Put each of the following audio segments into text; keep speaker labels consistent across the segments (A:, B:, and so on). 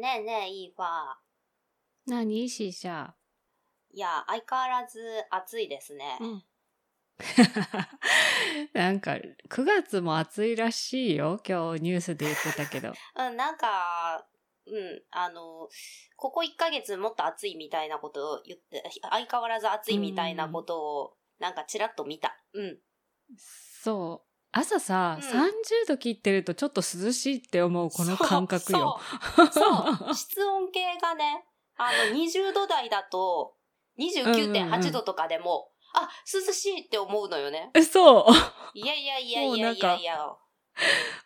A: ねえねえ、いいば。
B: 何シーシャ。
A: いや、相変わらず暑いですね。
B: ん。 なんか、9月も暑いらしいよ。今日ニュースで言ってたけど。
A: うん、なんか、うん、あの、ここ1ヶ月もっと暑いみたいなことを言って、相変わらず暑いみたいなことを、なんかちらっと見た。うん。
B: そう。朝さ、
A: うん
B: 30度切ってるとちょっと涼しいって思うこの感覚よ。
A: そう。そう。そう室温計がね、あの、20度台だと、
B: うんうんう
A: 29.8
B: ん
A: 度とかでも、あ、涼しいって思うのよね。
B: そう。
A: いやいやいやいやいやいや。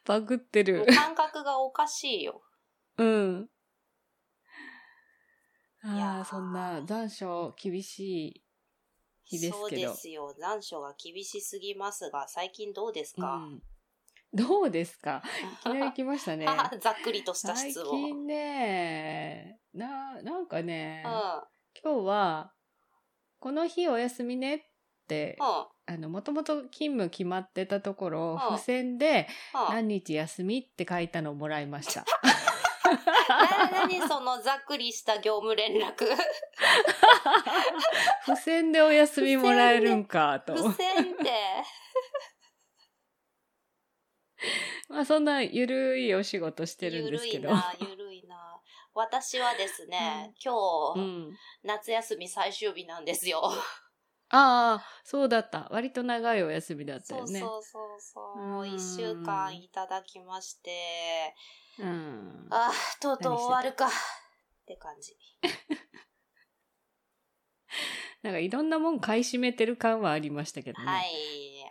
B: バグって
A: もう
B: る。
A: 感覚がおかしいよ。
B: うん。
A: いや
B: あ
A: ー
B: あ、そんな残暑厳しい日です
A: そう
B: け
A: で
B: ど。
A: すよ。残暑が厳しすぎますが、最近どうです
B: う
A: か、
B: んどうです かいきなり来ましたね。
A: ざっくりとした
B: 最
A: 質問。うん。
B: 近ね、な、なんかね、今日は、この日お休みねって、
A: う
B: あの、もともと勤務決まってたところを、
A: うん
B: 付箋で、
A: ん。うん。
B: 何日休みって書いたのをもらい ました。
A: な、なにそのざっくりした業務連絡。
B: 付箋でお休みもらえるんかと。
A: 付箋って。
B: まあそんなゆるいお仕事してるん
A: ゆ
B: です
A: る
B: け
A: い
B: ど。
A: な、ゆるいな。私はですね、今
B: う
A: 日、
B: ん。
A: 夏休み最終日なんですよ。
B: ああ、そうだった。割と長いお休みだった
A: そ
B: よ
A: う
B: ね。
A: そうそうそうう。
B: ん
A: 一週間いただきまして、
B: うん。
A: ああ、とうとう終わるか。って感じ。
B: なんかいろんなもん買い占めてる感はありましたけどね。
A: はい。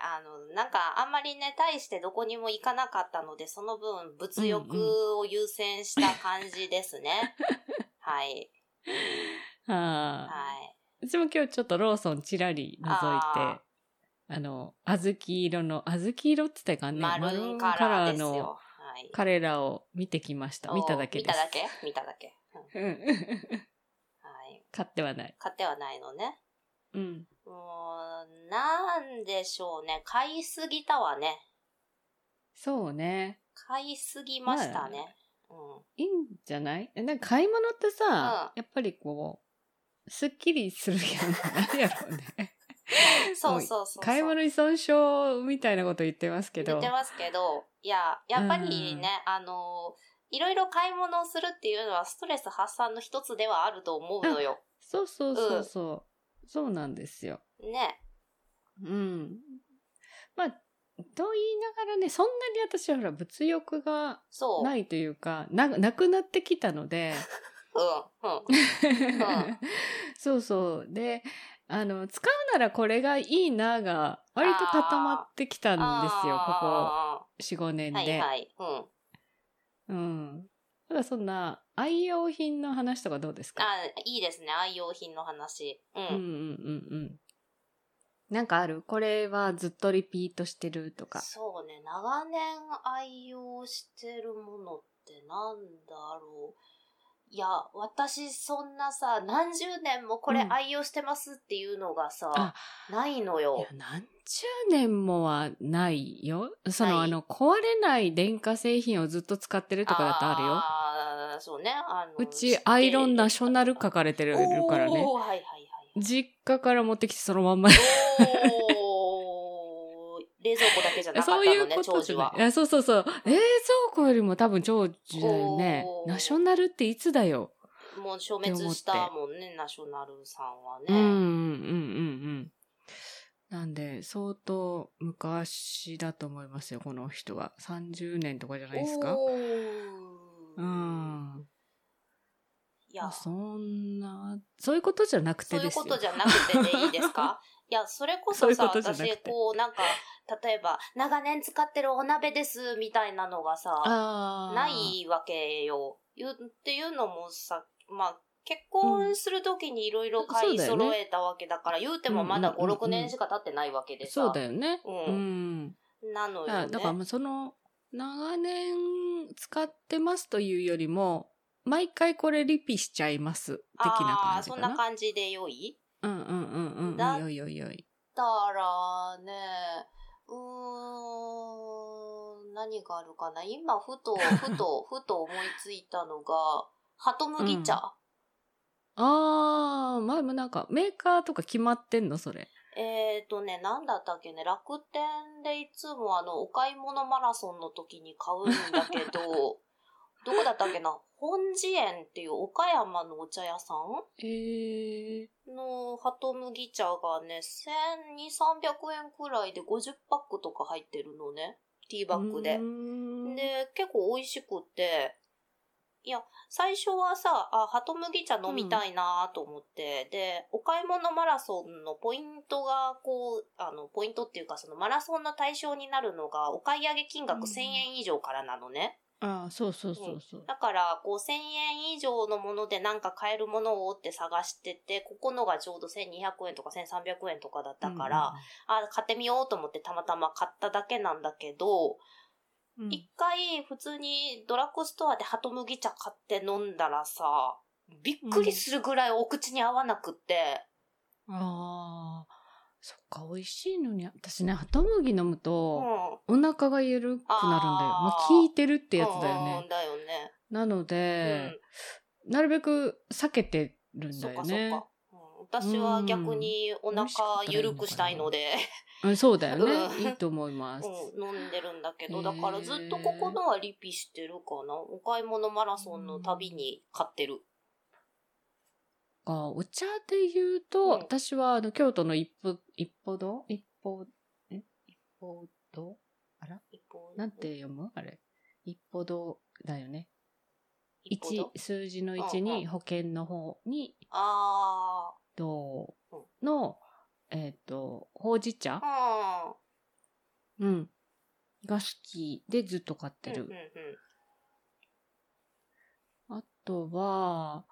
A: あの、なんか、あんまりね、大してどこにも行かなかったので、その分、物欲を優先した感じです ね。はい。
B: ああ
A: はい。
B: うちも今日ちょっとローソンちらり覗いて、あ
A: あ
B: の、小豆色の、小豆色って言ったかね、
A: マルーンカラーです
B: マルーンカ
A: よ。はい。
B: 彼らを見てきました。見ただけ
A: 見
B: で
A: た
B: す。
A: だけ見ただけ。うん
B: うん。
A: はい。
B: 買ってはない。
A: 買ってはないのね。
B: うん。
A: もう、なんでしょうね。買いすぎたわね。
B: そうね。
A: 買いすぎましたね。うん。
B: いいんじゃないえなんか買い物ってさ、やっぱりこう、すっきりするやん。何やろうね。
A: そうそうそうそう。
B: 買い物依存症みたいなこと言ってますけ
A: 言
B: ど。
A: ってますけど、いや、やっぱり
B: うん
A: ね、あの、いろいろ買い物をするっていうのはストレス発散の一つではあると思うのよ。
B: そうそうそうそう。そうなんですよ。
A: ね。
B: うん。まあ、と言いながらね、そんなに私はほら、物欲が
A: そう。
B: ないというか、な、なくなってきたので、
A: うん、うん。
B: そうそう。で、あの、使うならこれがいいなが、割と固まってきたんですよ、ここ
A: あ
B: 4、5年
A: ー
B: で。
A: はいはい。うん。
B: うん。ただそんな、愛用品の話とかどうですか
A: あいいですね。愛用品の話。うん。
B: うんうんうんうん。なんかあるこれはずっとリピートしてるとか。
A: そうね。長年愛用してるものってなんだろう。いや、私そんなさ、何十年もこれ
B: うん
A: 愛用してますっていうのが
B: あ
A: さ、ないのよ。
B: いや、何十年もはないよ。その、
A: な
B: あ
A: い
B: の、壊れない電化製品をずっと使ってるとかだってあるよ。
A: あーそうね。あの
B: うち、アイロンナショナル書かれてるからね。
A: おーはいはいはい。
B: 実家から持ってきてそのま んま。
A: おー冷蔵庫だけじゃなかった
B: そ
A: の
B: ういう
A: ね、
B: こと
A: 長
B: じ
A: 寿
B: ゃない
A: は。
B: いやそうそうそう。冷蔵庫よりも多分長寿だよね。
A: おー
B: ナショナルっていつだよ。
A: もう消滅したもんね、ナショナルさんは
B: うんうんうん
A: ね。
B: うんうん。なんで、相当昔だと思いますよ、この人は。30年とかじゃないですか。
A: おー
B: うん。
A: いや、
B: そんな、そういうことじゃなくて
A: そうい
B: で
A: う
B: すよ。
A: ことじゃなくてでいいです かいや、それこそ
B: そういう
A: さ、
B: ことじゃなくて
A: 私、こう、なんか、例えば、長年使ってるお鍋です、みたいなのがさ、
B: あー
A: ないわけよ。言うっていうのもさ、まあ、結婚するときにいろいろ買
B: うん
A: い
B: そうだよ
A: 揃
B: ね
A: えたわけだから、言うてもまだ
B: うんうん
A: 5、
B: うん
A: 6年しか経ってないわけで
B: そう
A: さ。
B: だよね。
A: う。
B: うんん。
A: なの
B: あ
A: よ、ね。
B: だからもうその長年使ってますというよりも毎回これリピしちゃいます的
A: あ
B: な感
A: あー、
B: じ
A: そ
B: か
A: ん
B: な。
A: な感じで良い
B: うんうんうんうん
A: だ
B: うん。よいよいよい。
A: だからね、うーん、何があるかな。今、ふと、ふと、ふと思いついたのが、ハト麦茶、
B: あー、前もなんか、メーカーとか決まってんのそれ。
A: えっ、ー、とね、なんだったっけね、楽天でいつもあの、お買い物マラソンの時に買うんだけど、どこだったっけな本寺園っていう岡山のお茶屋さん
B: えー。
A: のハト麦茶がね、1200、300円くらいで50パックとか入ってるのね。ティーバッグで
B: う。ーん
A: で、結構美味しくて、いや、最初はさ、あ、ハト麦茶飲みたいなと思って、で、お買い物マラソンのポイントが、こう、あの、ポイントっていうか、そのマラソンの対象になるのが、お買い上げ金
B: うん
A: 額1000円以上からなのね。
B: ああ、そうそうそうそう。
A: だから、こう、1000円以上のものでなんか買えるものをって探してて、ここのがちょうど1200円とか1300円とかだったから、あ、買ってみようと思ってたまたま買っただけなんだけど、
B: うん、うん
A: 一回普通にドラッグストアでハト麦茶買って飲んだらさ、びっくりするぐらいお口に合わなくて。
B: ああ、そっか、美味しいのに。私ね、ハトムギ飲む
A: うん。
B: と、お腹が緩くなるんだよ。ま
A: あ
B: あ、
A: ー
B: 効いてるってやつだよ
A: う
B: ね
A: ん。だよね。
B: なので、なるべく避けてる
A: うん。
B: ん
A: そ
B: だ
A: っか
B: よ
A: そっ
B: ね。
A: か。うん私は逆にお
B: 美味しかった
A: 腹
B: らいいの
A: 緩
B: かな
A: くしたいので、
B: うん、そうだよね。
A: うん
B: いいと思います。
A: うん、飲んでるんだけ
B: へ
A: ど、
B: ー
A: だからずっとここのはリピしてるかな。お買い物マラソンの旅に買ってる。
B: あお茶で言うと、
A: うん
B: 私はあの京都の一歩、一歩堂一歩、え一歩堂
A: 一方
B: なんて読むあれ。一歩堂だよね。
A: 一方
B: 一
A: だ、
B: 数字の
A: う
B: 一
A: んうん
B: に保険の方に、
A: あ
B: 堂の、えっ、と、ほうじ茶
A: あ。うん。
B: うん。が好きでずっと買ってる。
A: うんうんうん
B: あとは、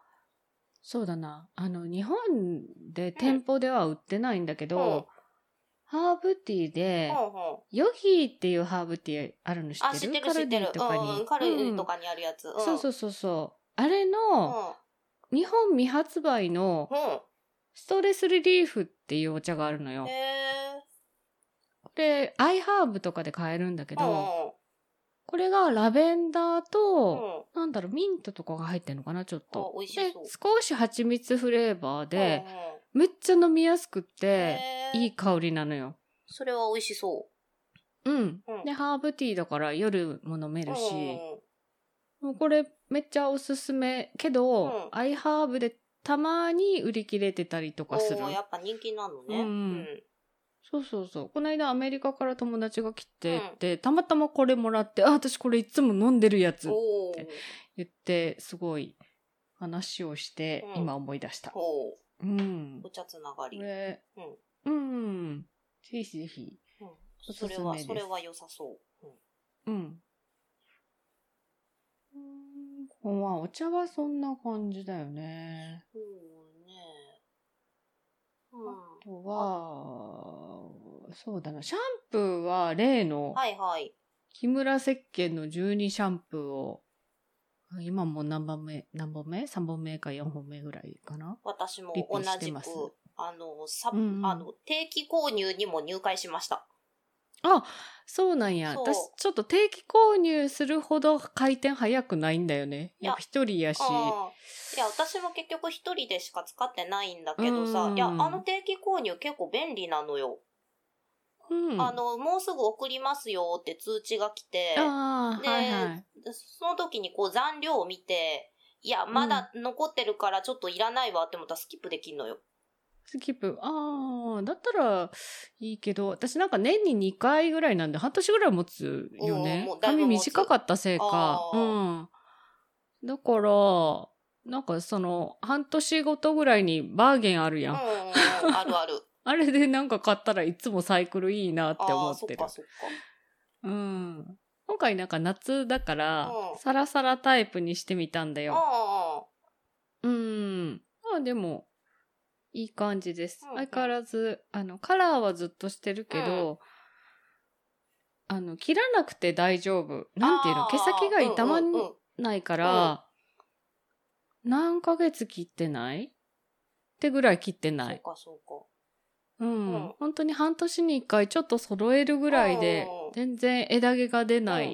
B: そうだな。あの、日本で店舗では売ってないんだけど、ハーブティーで、
A: ほうほう
B: ヨヒーっていうハーブティーあるの知
A: あ、
B: っ
A: 知
B: て
A: っ
B: る
A: てる知ってる。
B: カルディとかに。
A: うんうん、カルディと
B: うん
A: かにあるやつ。うん、
B: そうそううそうそう。あれの、
A: ん。
B: 日本未発売の
A: う
B: ストレスリリーフっていうお茶があるのよ
A: ん。。へ
B: で、アイハーブとかで買えるんだけ
A: ぇー。
B: ど、これがラベンダー
A: うん
B: と、
A: うん。
B: なんだろう、ミントとかが入ってるのかな、ちょっと。
A: あ美味し
B: で
A: そう、
B: 少し蜂蜜フレーバーで、
A: うん
B: めっちゃ飲みやすくっ
A: うん、
B: て、
A: へー
B: いい。香りなのよ。
A: それは美味しそ
B: うん。
A: う。うん。
B: で、ハーブティーだから夜も飲め
A: うん
B: る
A: うん
B: し、もうこれめっちゃおすすめけど、
A: うん
B: アイハーブでたまに売り切れてたりと
A: お
B: かする。
A: ーやっぱ人気なのね。
B: うんそうそうそう。この間アメリカから友達が来てって、たまたまこれもらって、あ、私これいつも飲んでるやつ
A: おお
B: って言って、すごい話をして、
A: うん
B: 今思い出した。
A: おー
B: うん
A: お。茶つながり。
B: こ
A: うん。
B: れ、うん。ぜひぜひ。おすす
A: そ
B: め
A: れは、
B: です
A: それは良さそう。うん
B: うん。うんまあ、お茶はそんな感じだよね。
A: そうね。
B: あ
A: う
B: とは、そうだな。シャンプーは例の
A: ん。、はいはい。
B: 木村石鹸の12シャンプーを、今もう何番目、何本目 ?3 本目か4本目ぐらいかな。
A: 私も
B: リピ
A: 同
B: して
A: じ
B: ます
A: く、あの、さ、
B: うんうん
A: あの、定期購入にも入会しました。
B: そうなんや。
A: そう
B: 私、ちょっと定期購入するほど回転早くないんだよね。
A: いや
B: やっぱ一人やし。
A: ああいや、私も結局一人でしか使ってないんだけどさ
B: う、ん
A: いや、あの定期購入結構便利なのよ。
B: うん。
A: あの、もうすぐ送りますよって通知が来て、
B: あ
A: で
B: ーはいはい。
A: その時にこう残量を見て、いや、まだ残ってるからちょっといらないわって思ったらスキップできんのよ。
B: スキップ。ああ、だったらいいけど、私なんか年に2回ぐらいなんで、半年ぐらい持つよ
A: うん
B: ね
A: もう。だいぶ
B: 髪
A: 持つ
B: 短かったせいか
A: あ。
B: うん。だから、なんかその、半年ごとぐらいにバーゲンあ
A: う
B: るや
A: ん
B: ん。
A: うんうん、あ るある。
B: あれでなんか買ったらいつもサイクルいいなって
A: あ
B: 思
A: あ、
B: っ
A: そ
B: て
A: っ
B: る
A: か。そっか。
B: うん。今回なんか夏だから
A: う、ん
B: サラサラタイプにしてみたんだ
A: う
B: よ。
A: んうん。
B: うん。まあでも、いい感じです。
A: うんうん
B: 相変わらず、あの、カラーはずっとしてるけど、あの、切らなくて大丈夫。なんていうの
A: あー
B: 毛先が傷ま
A: うんうんうん
B: ないから、何ヶ月切ってないってぐらい切ってない。
A: そうかそうか。
B: うん。
A: うん
B: 本当に半年に一回ちょっと揃えるぐらい
A: う
B: で
A: んうん、
B: 全然枝毛が出ない。
A: い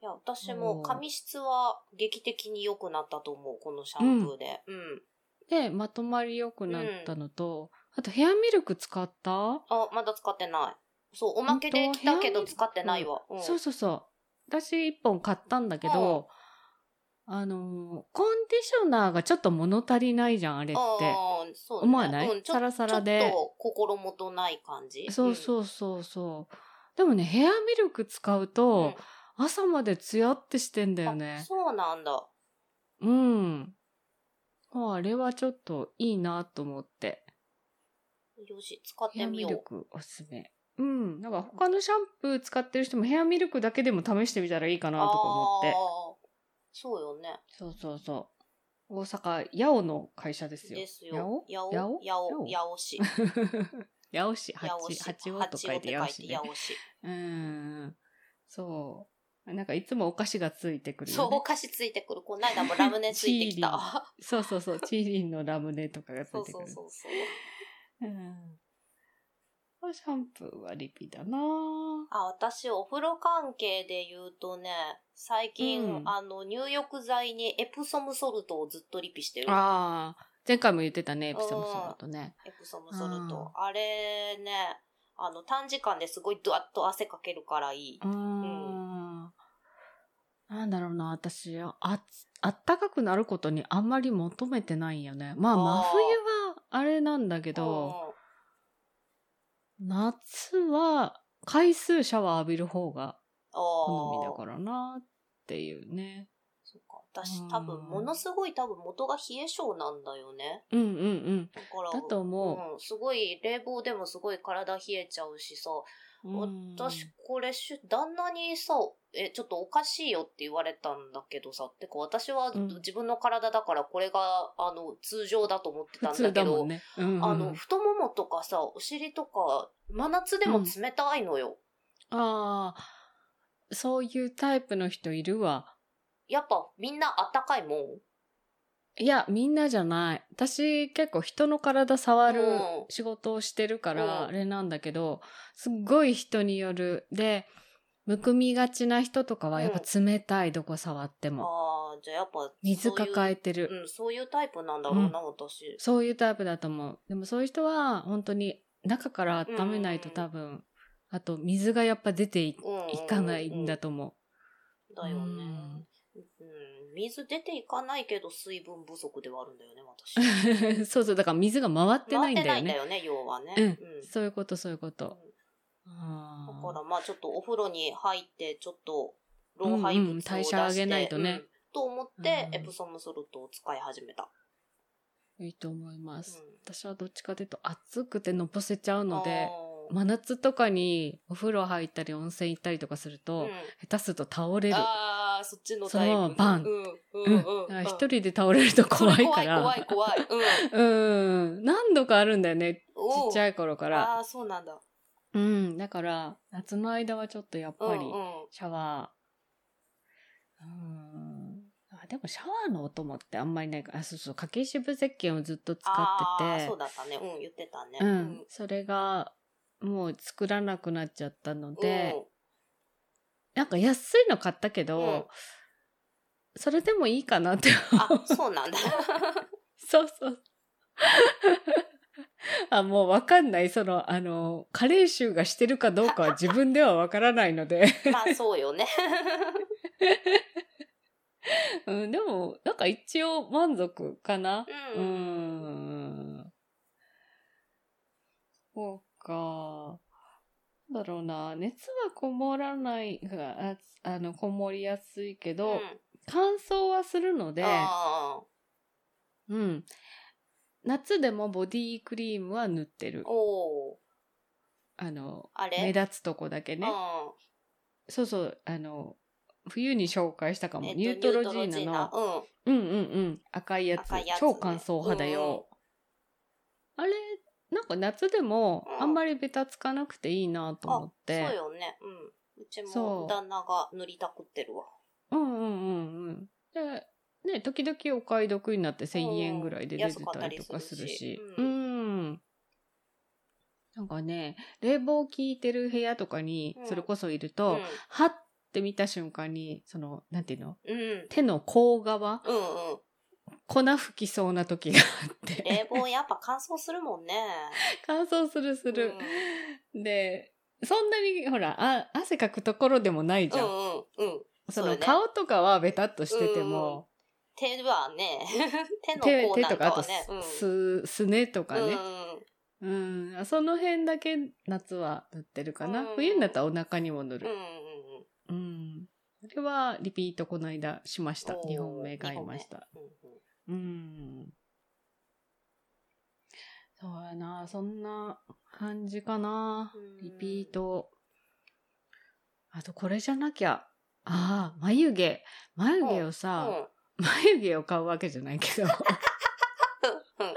A: や、や、私も髪質は劇的に良くなったと思う、このシャンプーで。うん。
B: で、まとまり良くなったのと、あとヘアミルク使った
A: あ、まだ使ってない。そう、おまけで来たけど
B: 本当
A: 使ってないわ。うん。
B: そうそうそう。私一本買ったんだけど、あのー、コンディショナーがちょっと物足りないじゃん、あれって。
A: あーそうね
B: 思わない
A: うん、ちょ
B: サラサラで
A: ちょっと心もとない感じ。
B: そうそうそうそう。でもね、ヘアミルク使う
A: うん。
B: と
A: う、
B: 朝までツヤってしてんだ
A: ん
B: よね
A: あ。そうなんだ。
B: うん。まあ、あれはちょっといいなと思って。
A: よし、使っ
B: ヘ
A: て
B: ア
A: み
B: ミ
A: よ
B: ル
A: う。
B: クおすすめ。うん。なんか他のシャンプー使ってる人もヘアミルクだけでも試してみたらいいかなとか思って。
A: あーそうよね。
B: そうそうそう。大阪、八尾の会社ですよ。
A: ですよ。
B: 八
A: や
B: 尾
A: お
B: 八尾
A: やお
B: 八
A: やおし。
B: 尾 八尾市、 八
A: やおし。
B: 八尾と書いて八尾市、ね
A: や。おし。
B: うん。そう。なんかいつもお菓子がついてくる
A: そう、
B: よ、ね
A: お。菓子ついてくる。この間もラムネついてきた。
B: そうそうそう。チーリンのラムネとかが つ
A: そ
B: いうて
A: そ
B: く
A: う
B: る。
A: そうそう。
B: うん。シャンプーはリピだな
A: あ、私、お風呂関係で言うとね、最近、
B: うん
A: あの、入浴剤にエプソムソルトをずっとリピしてる。
B: ああ。前回も言ってたね、エピソードだとね。
A: エプソムソルト。あれね、あの、短時間ですごいドワッと汗かけるからいい。
B: うーん。なんだろうな、私、あ、あったかくなることにあんまり求めてないよね。まあ、
A: あー
B: 真冬はあれなんだけど、
A: うん
B: 夏は回数シャワー浴びる方が
A: あー
B: 好みだからなっていうね。
A: そうか。私
B: うん
A: 多分、ものすごい多分元が冷え性なんだよね。
B: うんうんうん。
A: だから、
B: だと思
A: うん、すごい、冷房でもすごい体冷えちゃうしさ、
B: う。うん
A: 私これしゅ旦那にさ「えちょっとおかしいよ」って言われたんだけどさてか私は
B: うん
A: 自分の体だからこれが、あの通常だと思って
B: 普
A: たん
B: 通
A: だけ
B: だ
A: ど
B: もんね。うんうん
A: あの太ももとかさお尻とか真夏でも冷たいのよ、
B: ああ、そういうタイプの人いるわ。
A: やっぱみんなあったかいもん
B: いや、みんなじゃない。私結構人の体触る
A: うん
B: 仕事をしてるか
A: う
B: ら、
A: ん
B: あれなんだけど、すっごい人による。で、むくみがちな人とかはやっぱ冷たい、どこ触っても。
A: あーじゃあやっぱ
B: 水抱
A: え
B: えてる。
A: うん、そういうタイプなんだろうな、私
B: そういうタイプだと思う。でもそういう人は本当に中から温めないと
A: うんうんう
B: 多分、あと水がやっぱ出てい
A: うん
B: いかないんだ
A: と
B: と思う。
A: だよね
B: うん
A: うん、水出ていかないけど水分不足ではあるんだよね私
B: そうそう、だから水が回ってないんだよ
A: 回ってないんだ
B: ね。
A: よね、要はね。
B: うん
A: うん
B: そういうこと、そういうこと。
A: だ
B: あ
A: か
B: ー
A: ら、まあちょっとお風呂に入って、ちょっと、老廃物を出して、
B: うんうん代謝上げないとね
A: うんと思って、
B: うん
A: エプソムソルトを使い始めた。
B: いいと思います。
A: うん
B: 私はどっちかというと暑くてのぼせちゃうので、
A: あー
B: 真夏とかにお風呂入ったり温泉行ったりとかすると、
A: うん
B: 下手すると倒れる。
A: あー、そっちのタイプ。
B: そうバン
A: うん、う、
B: うん
A: うん。
B: ん。だから一
A: うん
B: 人で倒れると怖いか
A: 怖い
B: ら。
A: 怖い 怖い。うん。ち
B: うん。何度かあるんだよね。ちっちゃ
A: い
B: い頃か。
A: からああー、そうなんだ。
B: うん。だから、夏の間はちょっとやっ
A: うん、う
B: ぱり、
A: ん。
B: シャワー。うん。あ、でもシャワーのお供ってあんまりないから、あ、そうそう、掛け渋石鹸をずっと使
A: あ
B: って
A: ー
B: て
A: そう、だったね。うん、言ってたね。
B: うん。それが、もう作らなくなっちゃったので、なんか安いの買ったけど、
A: うん
B: それでもいいかなって。
A: うん、あ、そうなんだ。
B: そうそう。 あ、もうわかんない。その、あの、加齢臭がしてるかどうかは自分ではわからないので。
A: まあ、そうよね。
B: うん、でも、なんか一応満足かな。
A: う。
B: うんん。そうか。なんだろうな。熱はこもらないが、ああの、こもりやすいけど、
A: うん
B: 乾燥はするので、
A: あ
B: うん。夏でもボディクリームは塗って
A: ー。
B: る
A: おー
B: あの、
A: あれ
B: 目立つとこだけ
A: うん
B: ね。そうそう、あの、冬に紹介したかも。
A: えっと
B: ニュートロジーナの、
A: ニュートロ
B: うんうんうん、赤いやつ。
A: 赤いやつね
B: 超乾燥肌よ。あれ、なんか夏でも
A: うん
B: あんまりベタつかなくていいなと
A: ジーナうん
B: 思って。
A: あそうよねうんうち
B: そ
A: も
B: う
A: 旦那が塗りたくってるわ
B: うんうんうんうん。で、ね、時々お買い得になって1000円ぐらいで出てたりとかするし。
A: う
B: うんん。なんかね、冷房効いてる部屋とかに
A: うん
B: それこそいる
A: う
B: と、
A: ん
B: はっって見た瞬間に、その、なんていうの
A: うん。うん
B: 手の甲側、
A: うん。
B: 粉吹きそうな時があって、
A: 冷房やっぱ乾燥するもんね。
B: 乾燥するする。で、そんなに、ほら、あ、汗かくところでもない じ
A: うん
B: ゃん。
A: うんうん。そ
B: そ
A: う
B: の
A: だね
B: 顔とかはベタっとしてても、
A: 手はね、 手
B: 手
A: の甲
B: 手
A: な
B: と
A: ん
B: か
A: か
B: あと
A: は
B: す
A: ね。うん
B: すすねとか
A: うん
B: ね、うんその辺だけ夏は塗ってるかな、
A: うん
B: 冬になったらお腹にも塗
A: うんうん
B: る、うんそれはリピートこの間しました
A: おー
B: 2本目買いました
A: うんうん。
B: うんそうやなそんな感じかな
A: うん
B: リピートあとこれじゃなきゃああ眉毛眉毛をさ、
A: うん
B: 眉毛を買うわけじゃないけ ど
A: うんうん。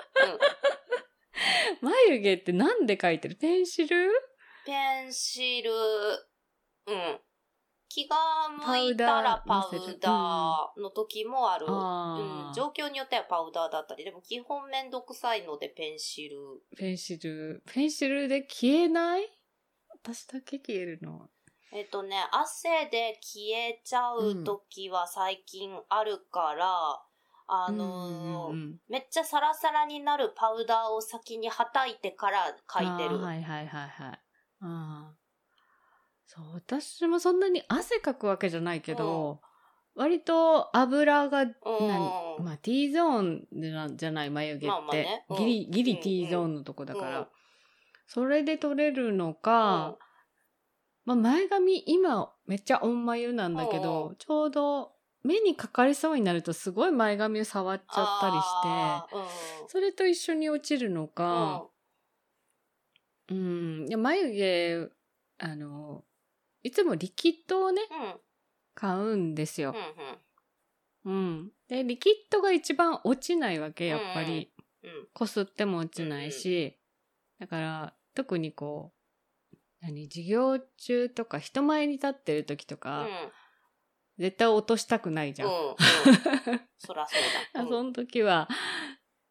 B: 眉毛ってなんで描いてるペンシル
A: ペンシル、うん。気が向いたらパ
B: パ
A: ウ
B: ウ
A: ダ
B: ダー
A: ーの時もある。
B: ああ、
A: うん、状況によってはパウダーだったり、でも基本めんどくさいのでペンシル。
B: ペンシルペンシルで消えない私だけ消えるの
A: えっとね、汗で消えちゃう時は最近あるから、あのー
B: うんうんうん
A: めっちゃサラサラになるパウダーを先にはたいてから書いて
B: あ
A: る。
B: ーはいはいはいはいあそう私もそんなに汗かくわけじゃないけど、割と油が何、
A: うん
B: まあ T ゾーンでなんじゃない眉毛って、
A: まあまあねうん
B: ギリギ
A: うん
B: リ
A: うん
B: T ゾーンのとこだから、
A: うん
B: それで取れるのか、まあ、前髪今めっちゃ御眉なんだけ
A: うん
B: ど、ちょうど目にかかりそうになるとすごい前髪を触っちゃった
A: り
B: りしてそれと一緒に落ちるのか、うんいや眉毛あのいつもリキッドをね
A: うん。うん。うん。
B: 買うんですよ
A: うん。。
B: うんでリキッドが一番落ちないわけやっぱり、
A: うん。うん
B: こすっても落ちないし、だから特にこう何授業中とか人前に立ってる時とか、絶対落としたくないじゃん。
A: うん、うん。そらそう だ。
B: あ
A: うん
B: その時は、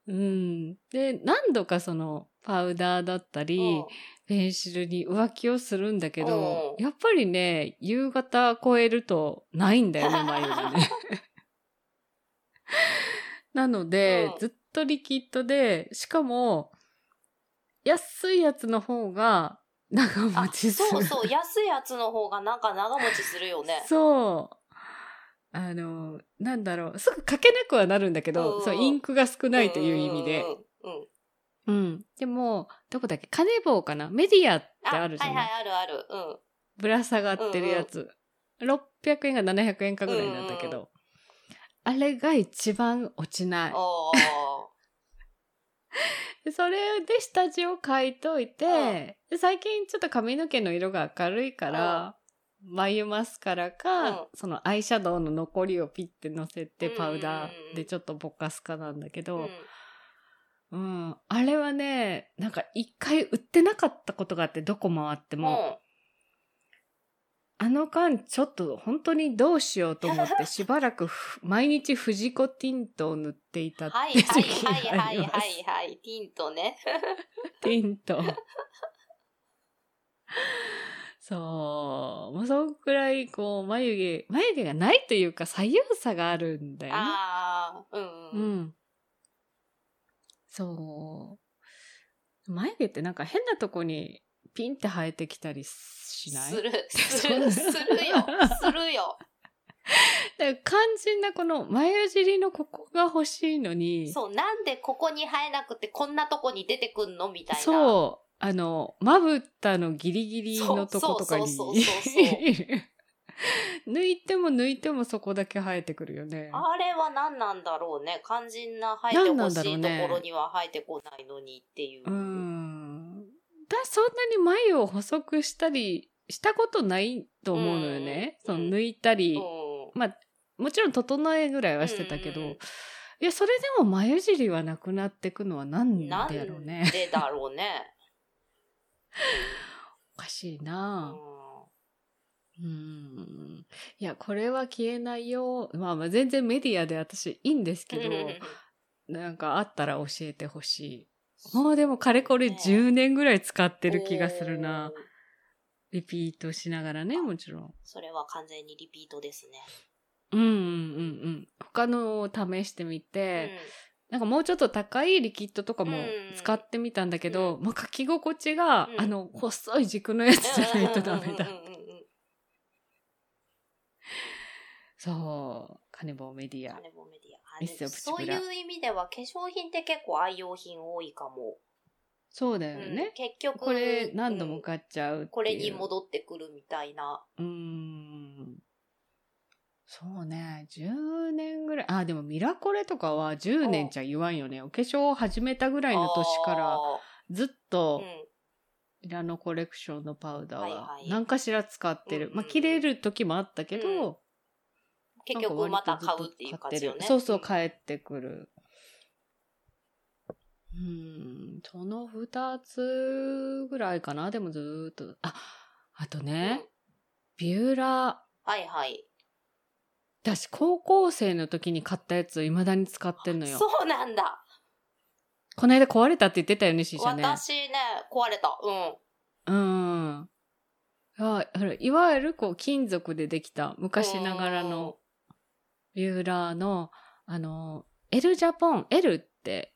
B: うん。で、何度かその、パウダーだったり、ペンシルに浮気をするんだけど、
A: うん
B: やっぱりね、夕方超えるとないんだ よね、眉毛ね。 なので
A: う、ん
B: ずっとリキッドで、しかも、安いやつの方が長
A: あ
B: 持ちする。
A: そうそう、安いやつの方がなんか長持ちするよね。
B: そう。あの、なんだろう。すぐ書けなくはなるんだけ
A: うんう
B: ど、
A: ん
B: そう、インクが少ないという意味
A: う
B: で。
A: ん。うん。
B: うん。でも、どこだっけカネボウかなメディアってあるじゃない、
A: はいはい、あるある。うん。
B: ぶら下がってるやつ。600円か700円かぐらいなんだけど、あれが一番落ちない。
A: お
B: でそれで下地を書いといて、
A: うん
B: で最近ちょっと髪の毛の色が明るいから、眉マスカラか、
A: うん
B: そのアイシャドウの残りをピッてのせて
A: うん
B: パウダーでちょっとぼかすかなんだけ
A: ー。
B: ど、
A: うん
B: うんあれはねなんか一回売ってなかったことがあってどこ回っても、
A: も
B: あの間ちょっと本当にどうしようと思ってしばらくふ毎日フジコティントを塗っていた
A: う
B: っ
A: ん。 はい
B: て
A: はい
B: 時期が
A: はい
B: あ
A: はい
B: ります
A: はいはい。ティントね。
B: ティント。 そう。もうそんくらい、こう、眉毛、眉毛がないというか、左右差があるんだよね。
A: ああ、うん
B: う
A: うん。
B: ん。そう。眉毛ってなんか変なとこにピンって生えてきたりしない
A: する、する、する よ。するよ。
B: だから肝心なこの眉尻のここが欲しいのに、
A: そう、なんでここに生えなくてこんなとこに出てくんのみたいな。
B: そう。あの、まぶたのギリギリのとことかに。
A: そうそうそうそう
B: 抜いても抜いてもそこだけ生えてくるよね。
A: あれは何なんだろうね。肝心な生えてほしいところには生えてこないのにっていう。
B: う。ん。だそんなに眉を細くしたりしたことないと思うのよね。
A: うん
B: その抜いた
A: うん
B: り、もちろん整えぐらいはしてたけど、
A: うんうんうん
B: いやそれでも眉尻はなくなってくのはなんで
A: な
B: だ
A: ん
B: ろうね。
A: でだろうね。
B: おか しいうなんぁ。うーんいや、これは消えないよ。まあまあ全然メディアで私いいんですけど、なんかあったら教えてほしい。もうでもかれこれ10年ぐらい使ってる気がするな。リピートしながらね、もちろん。
A: それは完全にリピートですね。
B: うんうんうんうん。他のを試してみて、なんかもうちょっと高いリキッドとかも使ってみたんだけど、まあ、書き心地が、
A: うん
B: あの、細い軸のやつじゃないとダメだ
A: うん。うんうんうんうんうん。
B: そう。カネボウメディア
A: あ。れもメディアあ
B: ミス
A: でも
B: プチ
A: そう
B: ブ
A: い
B: ラ
A: う意味では化粧品って結構愛用品多いかも。
B: そうだよ
A: うん
B: ね。
A: 結局。
B: これ何度も
A: うん
B: 買っちゃうっていう。
A: これに戻ってくるみたいな。
B: うーん。そうね。10年ぐらい。あ、でもミラコレとかは10年じゃ言わんよね。お化粧を始めたぐらいの年から
A: あ
B: ずっ
A: ー
B: と
A: うん
B: ミラノコレクションのパウダー
A: はい
B: は
A: はい
B: 何かしら使ってる。
A: うんうん
B: まあ、切れる時もあったけ
A: う
B: ど、
A: 結局また買うっていう感じよね。
B: そうそう、
A: う
B: 帰ってくる。うん、その二つぐらいかな。でもずーっと。あ、あと
A: ん。
B: ね
A: う、ん
B: ビューラー。
A: はいはい。
B: 私、高校生の時に買ったやつを未だに使ってんのよ。
A: そうなんだ。
B: この間壊れたって言ってたよね、シーシャね。
A: 私ね、壊れた。うん。
B: うん。ああれいわゆるこう金属でできた昔ながらのビューラーの、あの、L ジャポン、L って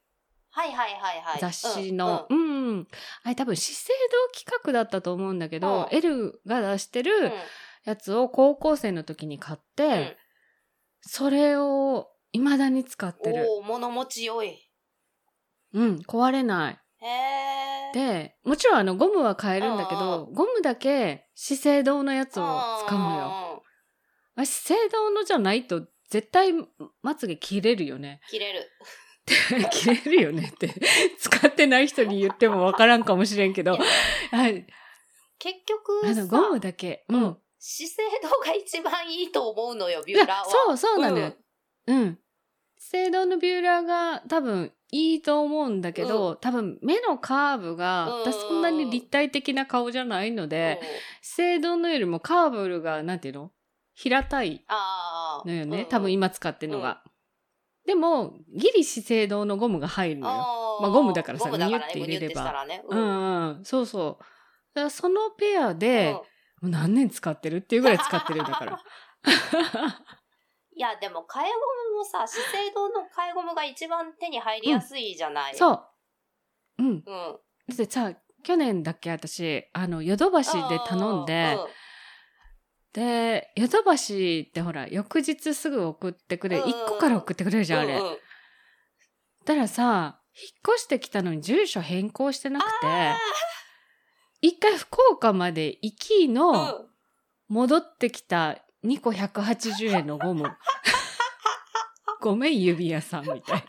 A: はいはいはいはい。
B: 雑誌の、
A: う
B: うんん、うんあれ多分資生堂企画だったと思うんだけど、
A: うん
B: L が出して
A: うんうん
B: るやつを高校生の時に買って、
A: ん
B: それを未だに使ってる。
A: おお、物持ち良い。
B: うん、壊れない。
A: へえ。
B: で、もちろんあのゴムは買えるんだけ
A: うん
B: ど、ゴムだけ資生堂のやつを使うのよ。
A: よ。
B: まあ資生堂のじゃないと絶対まつげ切れるよね。
A: 切れる。
B: 切れるよねって使ってない人に言ってもわからんかもしれんけど、
A: いや
B: はい
A: 結
B: あの
A: 局
B: ゴム
A: さ、
B: だけ。うん。
A: うん資生堂が一番いいと思うのよ、ビ
B: い
A: ュ
B: や
A: ーラーは。
B: そうそうなのよ。
A: うん
B: うん。資生堂のビューラーが多分いいと思うんだけど、多分目のカーブが、
A: うん
B: 私そんなに立体的な顔じゃないので、
A: うん
B: 資生堂のよりもカーブルが、なんていうの平たい
A: ああ。
B: のよ
A: うんう
B: ね
A: ん。
B: 多分今使ってるのが。でも、ギリ資生堂のゴムが入るのよ。
A: あー
B: まあゴムだからさ
A: ゴムだから
B: ニュ
A: ね
B: ッて入
A: ぐにゅっ
B: れれば
A: てしたらね。
B: うん
A: ん。
B: うんうん、そうそう。だからそのペア
A: うん
B: で、もう何年使ってるっていうぐらい使ってるんだ から。
A: いや、でも、替えゴムもさ、資生堂の替えゴムが一番手に入りやすいじゃない。う。
B: そう。うん。だ
A: うん。
B: ってさ、去年だっけ私、あの、ヨドバシで頼んで
A: う、う
B: で、ヨドバシってほら、翌日すぐ送ってくれる、
A: うんうんうん
B: 1個から送ってくれるじゃん、あれ。
A: うんうん
B: たらさ、引っ越してきたのに住所変更してなくて、一回福岡まで行きの
A: うん
B: 戻ってきた2個180円のゴム。ごめん、指屋さんみたいな。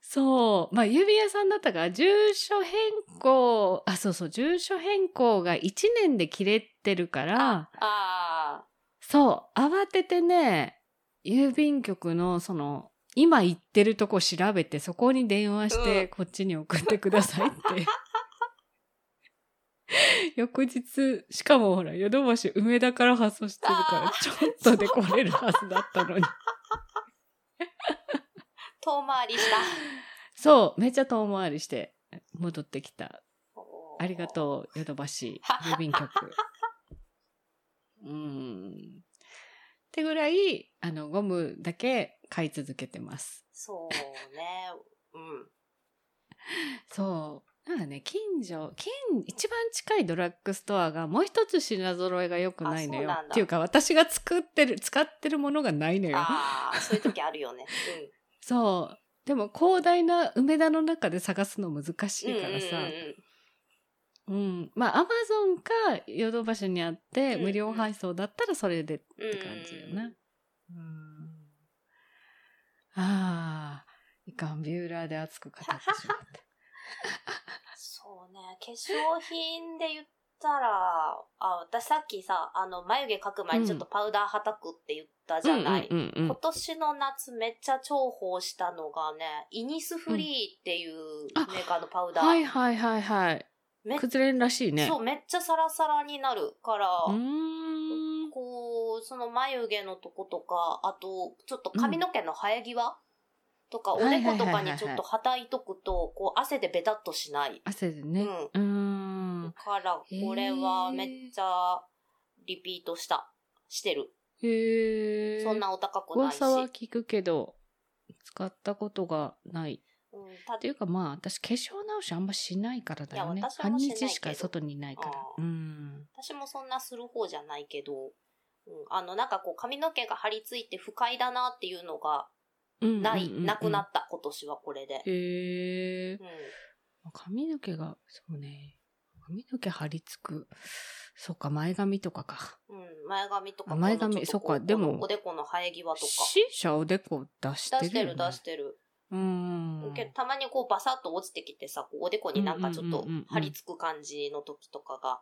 B: そう。まあ、指屋さんだったから、住所変更、あ、そうそう、住所変更が1年で切れてるから、
A: あ
B: そう、慌ててね、郵便局のその、今行ってるとこ調べて、そこに電話して、
A: うん
B: こっちに送ってくださいって。 翌日、しかもほら、ヨドバシ梅田から発送してるから
A: あ、
B: ちょっとで来れるはずだった のに。
A: ー遠回りした。
B: そう、めっちゃ遠回りして戻ってきた。
A: おー
B: ありがとう、ヨドバシ、郵便局。 うん。ってぐらい、あの、ゴムだけ買い続けてます。
A: そうね。うん。
B: そう。なんかね、近所、近、一番近いドラッグストアがもう一つ品揃えが良くないのよ
A: あそうなん。だ
B: っていうか、私が作ってる、使ってるものがないのよ。
A: ああ、そういう時あるよ ね。
B: そう。でも、広大な梅田の中で探すの難し
A: うん。
B: いからさ。
A: うんうんうん
B: うん。まあ、アマゾンかヨドバシにあって、
A: うん
B: 無料配送だったらそれでっ
A: うん、
B: て感じよね。うん。ああ、いかん、ビューラーで熱く語ってしまった。
A: そうね。化粧品で言ったら、あ、私さっきさ、あの、眉毛描く前にちょっとパウダーはたくって言ったじゃない。
B: うんうんうんう
A: 今
B: ん
A: 年の夏めっちゃ重宝したのがね、イニスフリーっていう
B: あ
A: メーカーのパウダー。
B: はいはいはいはい。
A: め
B: 崩れんらしいね。
A: そう、めっちゃサラサラになるから、
B: うーん。
A: こう、その眉毛のとことか、あと、ちょっと髪の毛の生え際とか、おでことかにちょっとはたいとくと、こう、汗でベタっとしない。
B: 汗でね。う
A: うんん。。から、これはめっちゃ、リピートした。してる。
B: へえ。
A: そんなお高くないし。
B: 噂は聞くけど、使ったことがない。
A: うん、た
B: っていうかまあ、私化粧直しあんましないからだよね
A: いや。私
B: 半
A: もしないけど
B: 日しか外にいないから。
A: あ
B: う
A: ー
B: ん。
A: 私もそんなする方じゃないけど、うん、あの、なんかこう、髪の毛が張り付いて不快だなっていうのが、
B: うん
A: ない、
B: うんうんうん
A: なくなった、今年はこれで。
B: へえ
A: う。ん。
B: 髪の毛が、そうね。髪の毛張り付く。そっか、前髪とかか。
A: うん、前髪とか。
B: あ前髪
A: このちょと
B: そ
A: こ
B: っかでも
A: このおでこの生え際とか。
B: シーシャおでこ出してる
A: 出して
B: よ
A: る
B: ね、
A: 出してる。
B: うーん。
A: けどたまにこうバサッと落ちてきてさ、こうおでこになんかちょっ
B: うん
A: と
B: うんうんうん
A: 張り付く感じの時とかが、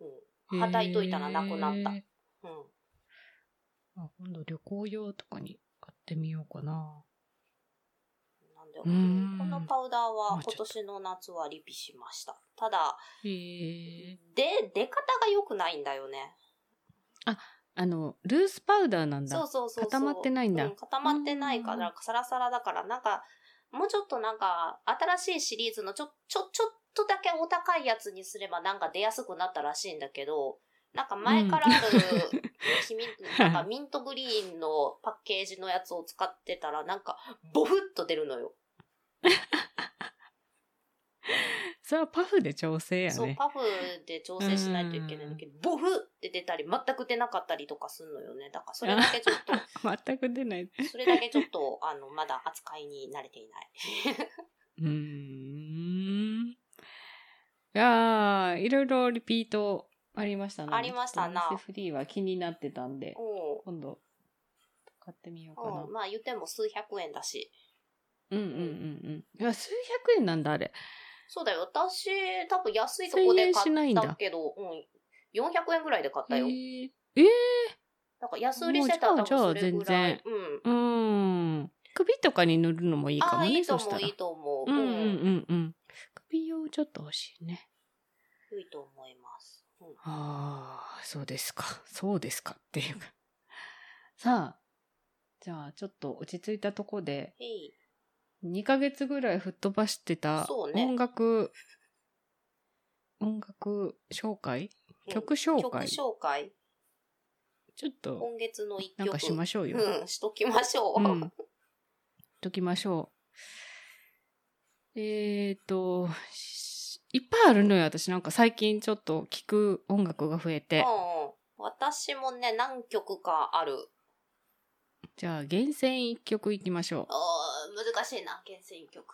A: う
B: へー
A: はたいといたらなくなったん。うん。
B: あ今度旅行用とかに買ってみようかな。
A: なんで、
B: うーん
A: このパウダー
B: ま
A: は
B: あちょ
A: 今
B: っと
A: 年の夏はリピしました。ただ、
B: へえ。
A: で、出方が良くないんだよね。
B: あの、ルースパウダーなんだ。
A: そうそうそうそう。
B: 固まってないんだ
A: う固まってないか
B: う
A: ら、サラサラだから、なんか、もうちょっとなんか、新しいシリーズのちょ、ちょ、ちょっとだけお高いやつにすればなんか出やすくなったらしいんだけど、なんか前からある、君、なんかミントグリーンのパッケージのやつを使ってたら、なんか、ボフッと出るのよ。
B: それはパフで調整や
A: そう、
B: ね。
A: パフで調整しないといけないんだけど、ボフって出たり、全く出なかったりとかするのよね。だからそれだけちょっと、
B: 全く出ない。
A: それだけちょっと、あの、まだ扱いに慣れてい ない。
B: うーん。いやー、いろいろリピートありましたね。
A: ありましたな
B: ちょっとミスフリーは気になってたんで、
A: う
B: 今度買ってみようか
A: ん。
B: な
A: うん。。まあ言っても数百円だし。
B: うんうんうんうん。いや、数百円なんだ、あれ。
A: そうだよ。私、多分安いとこで
B: 1000円しな
A: 買
B: い
A: っ
B: んだ
A: たけど、うん。400円ぐらいで買ったよ
B: え。ー、えー
A: なんか安売りしてたら
B: も
A: 多
B: うじゃあ
A: 分それぐら
B: じゃあ
A: い。うん。
B: うーん。首とかに塗るのもいい
A: あ
B: かも
A: あ、
B: ね、
A: いいと
B: そした
A: 思う、
B: ら。
A: いいと思う。
B: うんうんうんうん。首用ちょっと欲しいね。
A: うん。いいと思います。うん。
B: ああ、そうですか。そうですかっていうか。さあ、じゃあちょっと落ち着いたとこで、
A: へい。
B: 2ヶ月ぐらい吹っ飛ばしてた
A: そうね
B: 音楽、音楽紹介
A: うん
B: 曲紹介
A: 曲紹介。
B: ちょっと
A: 今月の一曲。
B: なんかしましょうよ。
A: うん、しときましょう。
B: うん。ときましょう。えっ、ー、と、しいっぱいあるのよ、私。なんか最近ちょっと聴く音楽が増えて。
A: うんうん私もね、何曲かある。
B: じゃあ、厳選一曲いきましょ
A: あー難しいな、厳選曲。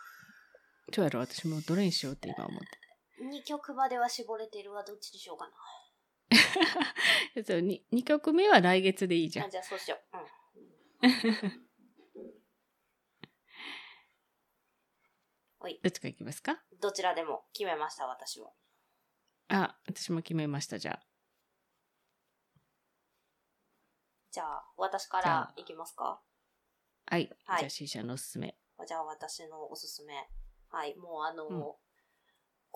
B: う。どうやろう私もどれにしようって今思って。
A: 2曲までは絞れてるわ、どっちにしようかな。
B: そうに2曲目は来月でいいじゃん
A: あ。じゃあそうしよう。うん。
B: どっちからいきますか
A: どちらでも決めました、私は。
B: あ、私も決めました、じゃあ。
A: じゃあ、私か
B: じゃ
A: ら
B: あ
A: いきますか
B: はい。
A: はい
B: じゃあ、C 社のおすすめ。
A: じゃあ、私のおすすめ。はい、もうあの、
B: うん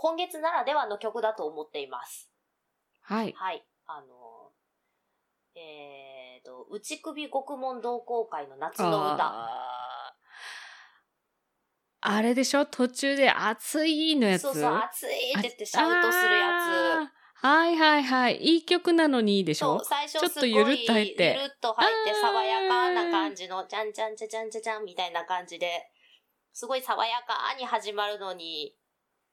A: 今月ならではの曲だと思っています。
B: はい。
A: はい、あの、えーと、内首獄門同好会の夏の歌。
B: あーあれでしょ途中で熱いのやつ。
A: そうそう、熱いって言ってシャウトするやつ。
B: つ。はいはいはい。いい曲なのにでし
A: そ
B: ょ
A: う、最初
B: ちょっ
A: す
B: と
A: ごい
B: ゆるっと入って
A: ゆるっと入って
B: あー
A: 爽やかな感じの、じゃんじゃんじゃじゃんじゃじゃんみたいな感じで、すごい爽やかに始まるのに、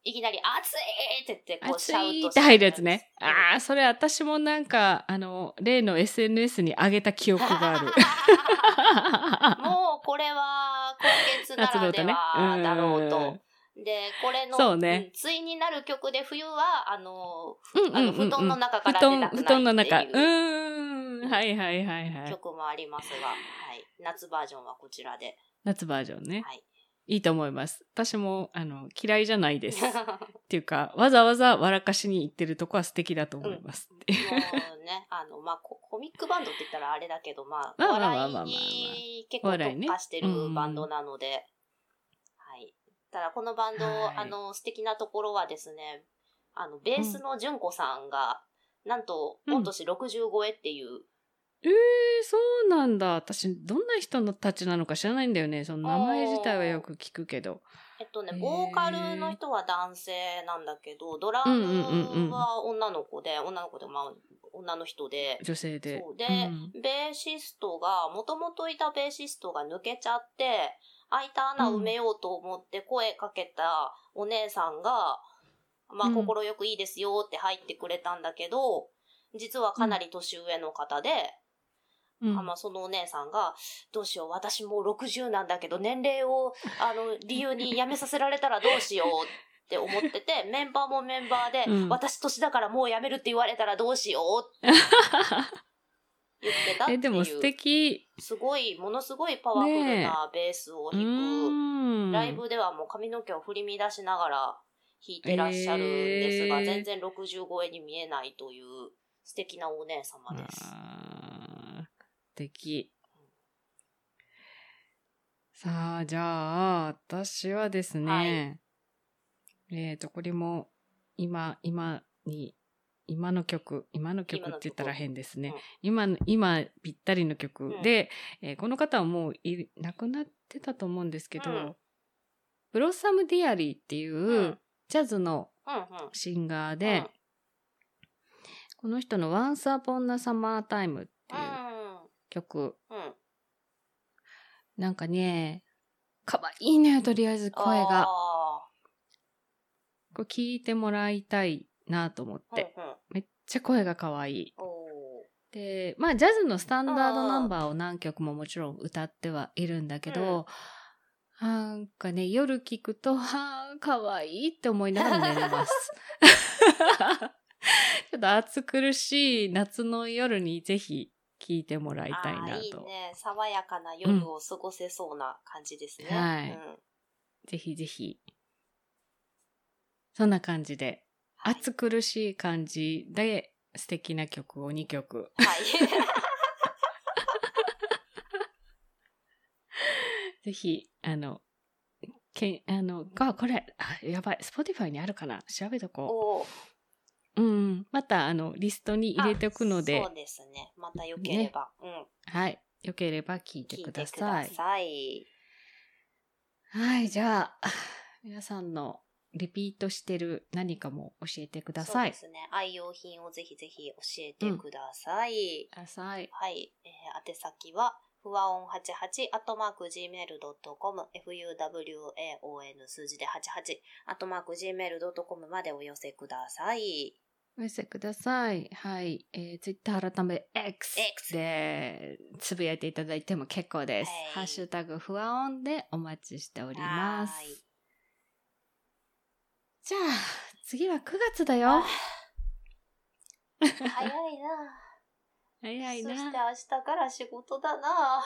A: いきなり熱いって言って、こうシャ
B: 熱
A: ウトし
B: い
A: て
B: って入るやつね。
A: うん
B: ああ、それ私もなんか、あの、例の SNS に上げた記憶がある。
A: もうこれは今月な
B: 夏の
A: ら
B: 歌
A: で
B: ね。
A: はだろう
B: うん
A: と。で、これの、
B: そうね
A: うん対になる曲で冬は、あの、ふ
B: うんうんうんうん
A: あの布団の中か
B: 布
A: ら出
B: 団、
A: たくないっていう
B: 布団の中。うーん。はいはいはいはい。
A: 曲もありますが、はい、夏バージョンはこちらで。
B: 夏バージョンね。
A: はい。
B: いいと思います。私も、あの、嫌いじゃない です。っていうか、わざわざ笑かしに行ってるとこは素敵だと思います。っていう
A: もうね、あの、まあコ、コミックバンドって言ったらあれだけど、まあ、
B: まあまあまあ
A: 笑
B: まあまあ
A: いに結構
B: 笑いね
A: 特化してる
B: うん
A: バンドなので、はい。ただ、このバンド、
B: はい
A: あの、素敵なところはですね、あの、ベースの純子さんが、なんと、
B: う
A: 御
B: ん
A: 年65へっていう、
B: えー、そうななんだ。私、どんな人たちなのか知らないんだよね。その名前自体はよく聞くけど。
A: えっとね、ボーカルの人は男性なんだけど、ドラムは女の子で、女の子で、まあ、女の人で。
B: 女性で。
A: そうで、ベーシストが、もともといたベーシストが抜けちゃって、空いた穴埋めようと思って声かけたお姉さんが、まあ、心よくいいですよって入ってくれたんだけど、実はかなり年上の方で、
B: うん、
A: あまあ、そのお姉さんが、どうしよう、私もう60なんだけど、年齢を、あの、理由に辞めさせられたらどうしようって思って て、メンバーもメンバーで、うん、私年だからもう辞めるって言われたらどうしようって言ってた っていう。え、
B: でも素敵。
A: すごい、ものすごいパワフルなベースを弾く。ライブではもう髪の毛を振り乱しながら弾いてらっしゃるんですが、えー、全然60超えに見えないという素敵なお姉様です。
B: 的。さあ、じゃあ、私はですね、はい、えっ、と、これも、今、今に、今の曲、今の曲って言ったら変ですね。今、うん、今、今ぴったりの曲で、うん、えー、この方はもうい、亡くなってたと思うんですけど、うん、ブロッサム・ディアリーっていう、ジャズのシンガーで、この人の Once Upon a Summer Time っていう、曲。
A: うん、
B: なんかね、かわいいのよ、とりあえず声が。こう聞いてもらいたいなと思って。
A: うんうん、
B: めっちゃ声がかわいい。で、まあ、ジャズのスタンダードナンバーを何曲ももちろん歌ってはいるんだけど、うん、なんかね、夜聞くと、はぁ、かわいいって思いながら寝れます。 ちょっと暑苦しい夏の夜にぜひ聞いてもらいたいなと。いい
A: ね。爽やかな夜を過ごせそうな感じですね。
B: うん、はい、うん、ぜひぜひ。そんな感じで、はい、暑苦しい感じで素敵な曲を2曲。
A: はい。
B: ぜひ、あの、けあの、が、これ、あ、やばい、Spotify にあるかな調べとこう。うん。また、あの、リストに入れておくので。
A: そうですね。またよければ。ね、
B: うん。はい。よければ聞いてください。
A: いさい
B: はい。じゃあ、皆さんのリピートしてる何かも教えてください。
A: そうですね。愛用品をぜひぜひ教えてください。
B: ください。
A: はい。えー、宛先は、ふわおん88、アットマーク gmail.com、fuwaon 数字で88、アットマーク gmail.com までお寄せください。
B: お寄せください。はい。えー、Twitter 改め X, X でつぶやいていただいても結構です。はい、ハッシュタグふわおんでお待ちしております。じゃあ、次は9月だよ。
A: 早いな。
B: 早いな。
A: そして明日から仕事だな。
B: あ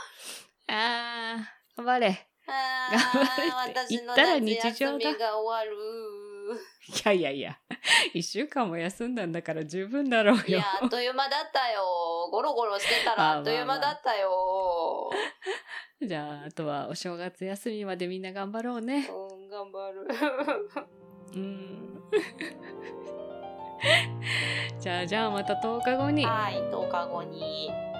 B: あ、頑張れ。
A: あ
B: 頑張れって言ったら日常だ。
A: が終わる。
B: いやいやいや、一週間も休んだんだから十分だろうよ。いや、
A: あっという間だったよ。ゴロゴロしてたらあっという間だったよ。
B: じゃあ、あとはお正月休みまでみんな頑張ろうね。
A: うん、頑張る。
B: うん。じゃあ、じゃあまた10日後に。
A: はい、10日後に。